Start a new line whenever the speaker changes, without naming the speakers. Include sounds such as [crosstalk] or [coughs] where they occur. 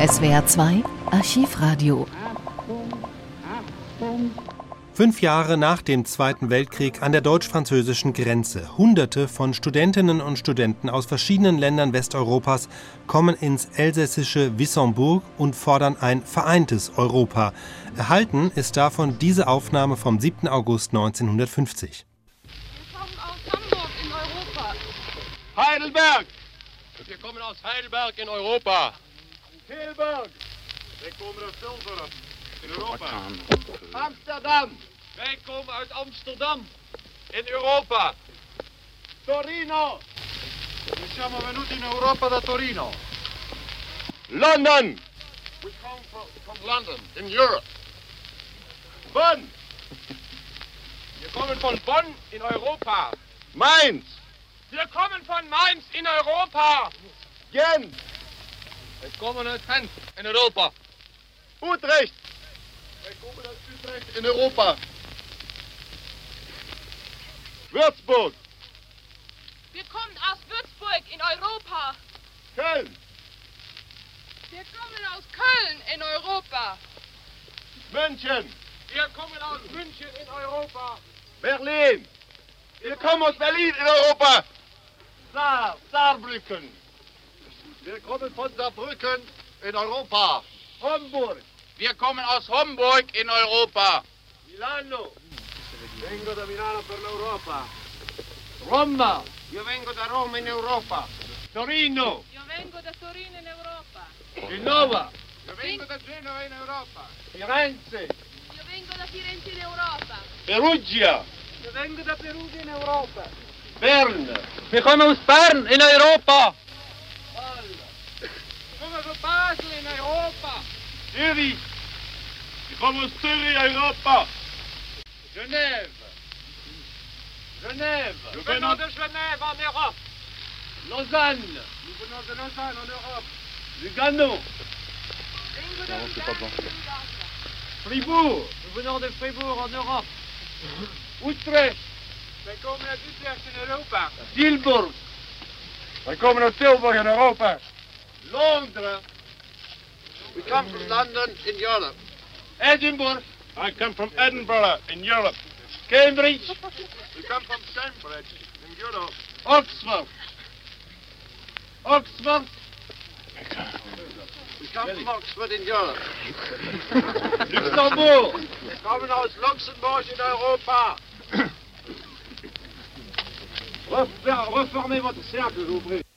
SWR 2 Archivradio.
Fünf Jahre nach dem Zweiten Weltkrieg an der deutsch-französischen Grenze. Hunderte von Studentinnen und Studenten aus verschiedenen Ländern Westeuropas kommen ins elsässische Wissembourg und fordern ein vereintes Europa. Erhalten ist davon diese Aufnahme vom 7. August 1950.
Wir kommen aus Hamburg in Europa.
Heidelberg! Wir kommen aus Heidelberg in Europa.
Tilburg,
Wij komen uit Tilburg, in Europa.
Amsterdam,
Wij komen uit Amsterdam in Europa.
Torino,
Noi siamo venuti in Europa da Torino.
London!
We come from, from
London, in Europe.
Bonn,
Wir kommen von Bonn in Europa.
Mainz,
Wir kommen von Mainz in Europa.
Gent,
Wir kommen aus Gent in Europa.
Utrecht. Wij komen uit Utrecht in Europa. Würzburg,
Wir kommen aus Würzburg in Europa.
Köln,
Wir kommen aus Köln in Europa.
München,
Wir kommen aus München in Europa.
Berlin. Wir kommen aus Berlin in Europa. Saar, Saarbrücken. Wir kommen von Saarbrücken in Europa.
Hamburg,
Wir kommen aus Homburg in Europa.
Milano,
Vengo da Milano per l'Europa. Roma. Io vengo da Roma in Europa.
Torino,
Io vengo da Torino in Europa.
Genova,
Io vengo da Genova in Europa.
Firenze,
Io vengo da Firenze in Europa.
Perugia,
Io vengo da Perugia in Europa.
Bern,
Wir kommen aus Bern in Europa.
Io vengo da Basel in Europa.
Zürich. Wir kommen aus Zürich, Europa.
Genève. Genève.
Nous
Nous
venons
venons de Genève en Europe.
Lausanne,
Nous venons de Lausanne en Europe.
Lugano,
Vengo da Milano in Europa.
Fribourg,
Nous venons de Fribourg en Europe.
[laughs] Utrecht,
Wij komen uit Utrecht in Europa.
Tilburg,
Wij komen uit Tilburg in Europa. Londen. We come from London in Europe.
Edinburgh,
I come from Edinburgh in Europe.
Cambridge,
We come from Cambridge in Europe.
Oxford. Oxford,
We come from Oxford in [laughs] Europe.
Luxemburg,
We komen uit Luxemburg in [coughs] Europa. Reformez votre cercle, j'ouvre.